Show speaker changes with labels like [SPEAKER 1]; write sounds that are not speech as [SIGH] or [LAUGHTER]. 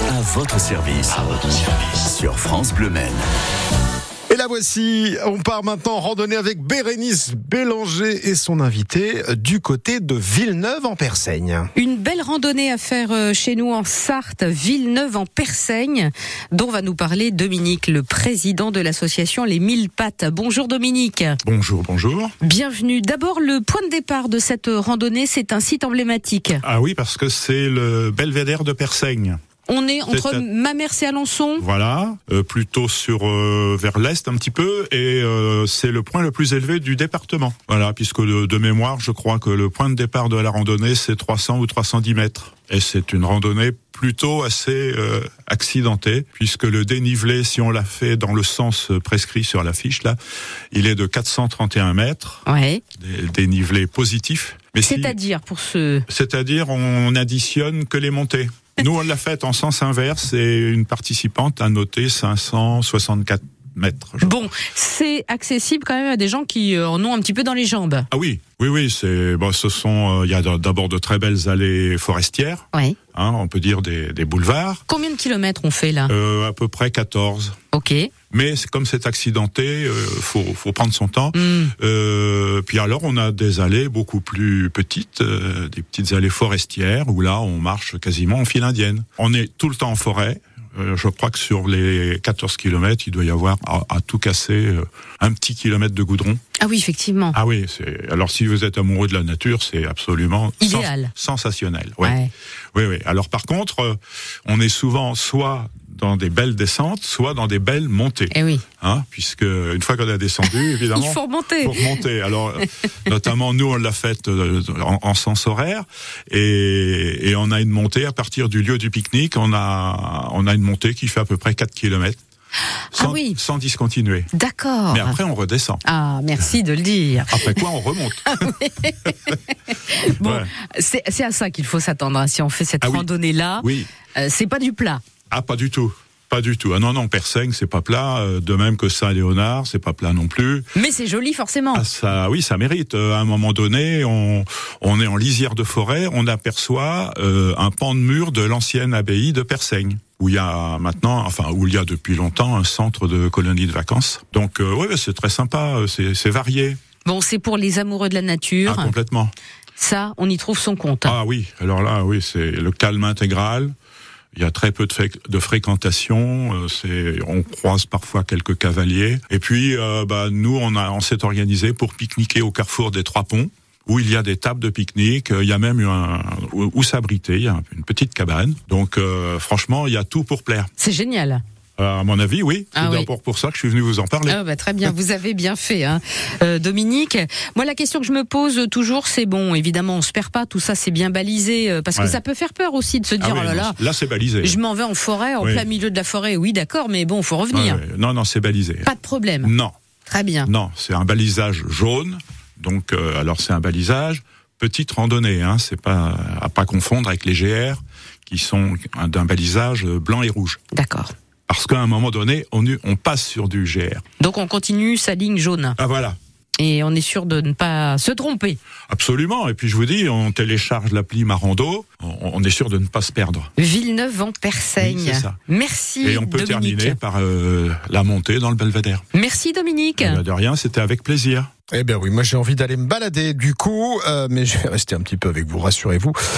[SPEAKER 1] à votre service. À votre service. Sur France Bleu Maine.
[SPEAKER 2] Et la voici, on part maintenant en randonnée avec Bérénice Bélanger et son invité du côté de Villeneuve en Persaigne.
[SPEAKER 3] Une belle randonnée à faire euh, chez nous en Sarthe, Villeneuve en Persaigne, dont va nous parler Dominique, le président de l'association Les Mille Pattes. Bonjour Dominique.
[SPEAKER 4] Bonjour, bonjour.
[SPEAKER 3] Bienvenue. D'abord, le point de départ de cette randonnée, c'est un site emblématique.
[SPEAKER 4] Ah oui, parce que c'est le belvédère de [LAUGHS] Persaigne.
[SPEAKER 3] On est entre
[SPEAKER 4] C'est un-
[SPEAKER 3] Mamers et Alençon.
[SPEAKER 4] Voilà, euh, plutôt sur euh, vers l'est un petit peu, et euh, c'est le point le plus élevé du département. Voilà, puisque de, de mémoire, je crois que le point de départ de la randonnée c'est 300 ou 310 mètres, et c'est une randonnée plutôt assez euh, accidentée, puisque le dénivelé, si on l'a fait dans le sens prescrit sur la fiche là, il est de 431 mètres,
[SPEAKER 3] Ouais.
[SPEAKER 4] dé- dénivelé positif. Mais si-
[SPEAKER 3] C'est-à-dire pour ce.
[SPEAKER 4] C'est-à-dire, on additionne que les montées. Nous, on l'a faite en sens inverse et une participante a noté 564 mètres. je-
[SPEAKER 3] Bon, c'est accessible quand même à des gens qui euh, en ont un petit peu dans les jambes.
[SPEAKER 4] Ah oui, oui, oui, c'est, bon, ce sont, euh, il y a d'abord de très belles allées forestières,
[SPEAKER 3] Ouais.
[SPEAKER 4] hein, on peut dire des, des boulevards,
[SPEAKER 3] Combien de kilomètres on fait là
[SPEAKER 4] euh, à peu près 14.
[SPEAKER 3] Ok.
[SPEAKER 4] Mais c'est- comme c'est accidenté, euh, faut, faut prendre son temps.
[SPEAKER 3] Hmm.
[SPEAKER 4] Euh, puis alors, on a des allées beaucoup plus petites, euh, des petites allées forestières où là, on marche quasiment en file indienne. On est tout le temps en forêt. Euh, je crois que sur les 14 kilomètres, il doit y avoir à, à tout casser euh, un petit kilomètre de goudron.
[SPEAKER 3] Ah oui, effectivement.
[SPEAKER 4] Ah oui, c'est- alors si vous êtes amoureux de la nature, c'est absolument sens-
[SPEAKER 3] Idéal.
[SPEAKER 4] sensationnel. Ouais.
[SPEAKER 3] Ouais.
[SPEAKER 4] Oui, oui. Alors par contre, euh, on est souvent soit dans des belles descentes, soit dans des belles montées,
[SPEAKER 3] Eh oui.
[SPEAKER 4] hein, puisque une fois qu'on a
[SPEAKER 3] [LAUGHS]
[SPEAKER 4] descendu, évidemment,
[SPEAKER 3] Il faut remonter.
[SPEAKER 4] pour monter. Alors, euh, notamment, nous, on l'a faite euh, en, en sens horaire et, et on a une montée à partir du lieu du pique-nique. On a, on a une montée qui fait à peu près 4 km. Sans,
[SPEAKER 3] Ah oui. Oh,
[SPEAKER 4] sans discontinuer.
[SPEAKER 3] D'accord.
[SPEAKER 4] Mais après, on redescend.
[SPEAKER 3] Ah, merci de le
[SPEAKER 4] [LAUGHS]
[SPEAKER 3] dire.
[SPEAKER 4] Après quoi, on remonte.
[SPEAKER 3] Ah. Bon,
[SPEAKER 4] Ouais.
[SPEAKER 3] c'est c'est à ça qu'il faut s'attendre. hein. Si on fait cette
[SPEAKER 4] Ah oui.
[SPEAKER 3] randonnée-là,
[SPEAKER 4] Oui.
[SPEAKER 3] euh, c'est pas du plat.
[SPEAKER 4] Ah, pas du tout. Pas du tout. Ah non, non, Persaigne, c'est pas plat. euh, De même que Saint-Léonard, c'est pas plat non plus.
[SPEAKER 3] Mais c'est joli, forcément.
[SPEAKER 4] Ah, ça, oui, ça mérite. Euh, À un moment donné, on, on est en lisière de forêt, on aperçoit euh, un pan de mur de l'ancienne abbaye de Persaigne, où il y a maintenant, enfin, où il y a depuis longtemps un centre de colonie de vacances. Donc, euh, ouais, ouais, c'est très sympa, euh, c'est c'est varié,
[SPEAKER 3] Bon, c'est pour les amoureux de la
[SPEAKER 4] ah,
[SPEAKER 3] nature.
[SPEAKER 4] complètement.
[SPEAKER 3] ça, on y trouve son compte.
[SPEAKER 4] Ah oui, alors là, oui, c'est le calme intégral. Il y a très peu de, fréq- de fréquentation. euh, C'est, on croise parfois quelques cavaliers. Et puis, euh, bah, nous, on, a, on s'est organisé pour pique-niquer au carrefour des Trois Ponts, où il y a des tables de pique-nique. euh, Il y a même eu un, où, où s'abriter. Il y a une petite cabane. Donc, euh, franchement, il y a tout pour plaire.
[SPEAKER 3] C'est génial.
[SPEAKER 4] Euh, À mon avis, oui. C'est
[SPEAKER 3] Ah oui.
[SPEAKER 4] d'abord pour ça que je suis venu vous en parler.
[SPEAKER 3] Ah bah, très bien, vous avez bien fait, hein. Euh, Dominique. Moi, la question que je me pose euh, toujours, c'est bon, évidemment, on se perd pas, tout ça, c'est bien balisé, euh, parce
[SPEAKER 4] Ouais.
[SPEAKER 3] que ça peut faire peur aussi de se
[SPEAKER 4] Ah
[SPEAKER 3] dire,
[SPEAKER 4] oui,
[SPEAKER 3] oh là
[SPEAKER 4] non,
[SPEAKER 3] là,
[SPEAKER 4] là, c'est balisé.
[SPEAKER 3] je m'en vais en forêt, en
[SPEAKER 4] Oui.
[SPEAKER 3] plein milieu de la forêt. Oui, d'accord, mais bon, faut revenir.
[SPEAKER 4] Ouais, ouais. Non, non, c'est balisé.
[SPEAKER 3] hein. Pas de problème.
[SPEAKER 4] Non.
[SPEAKER 3] Très bien.
[SPEAKER 4] Non, c'est un balisage jaune. Donc, euh, alors c'est un balisage petite randonnée. Hein, c'est pas à pas confondre avec les GR qui sont d'un balisage blanc et rouge.
[SPEAKER 3] D'accord.
[SPEAKER 4] Parce qu'à un moment donné, on, eut- on passe sur du GR.
[SPEAKER 3] Donc on continue sa ligne jaune
[SPEAKER 4] Ah voilà.
[SPEAKER 3] et on est sûr de ne pas se tromper.
[SPEAKER 4] Absolument. Et puis je vous dis, on télécharge l'appli Marando. On, on est sûr de ne pas se perdre.
[SPEAKER 3] Villeneuve en Persaigne.
[SPEAKER 4] Oui, c'est ça.
[SPEAKER 3] Merci
[SPEAKER 4] Et on peut
[SPEAKER 3] Mmh, Dominique.
[SPEAKER 4] terminer par euh, la montée dans le belvédère.
[SPEAKER 3] Merci Dominique.
[SPEAKER 4] Eh ben, De rien, c'était avec plaisir.
[SPEAKER 2] Eh bien oui, moi j'ai envie d'aller me balader du coup, euh, mais je vais rester un petit peu avec vous, rassurez-vous.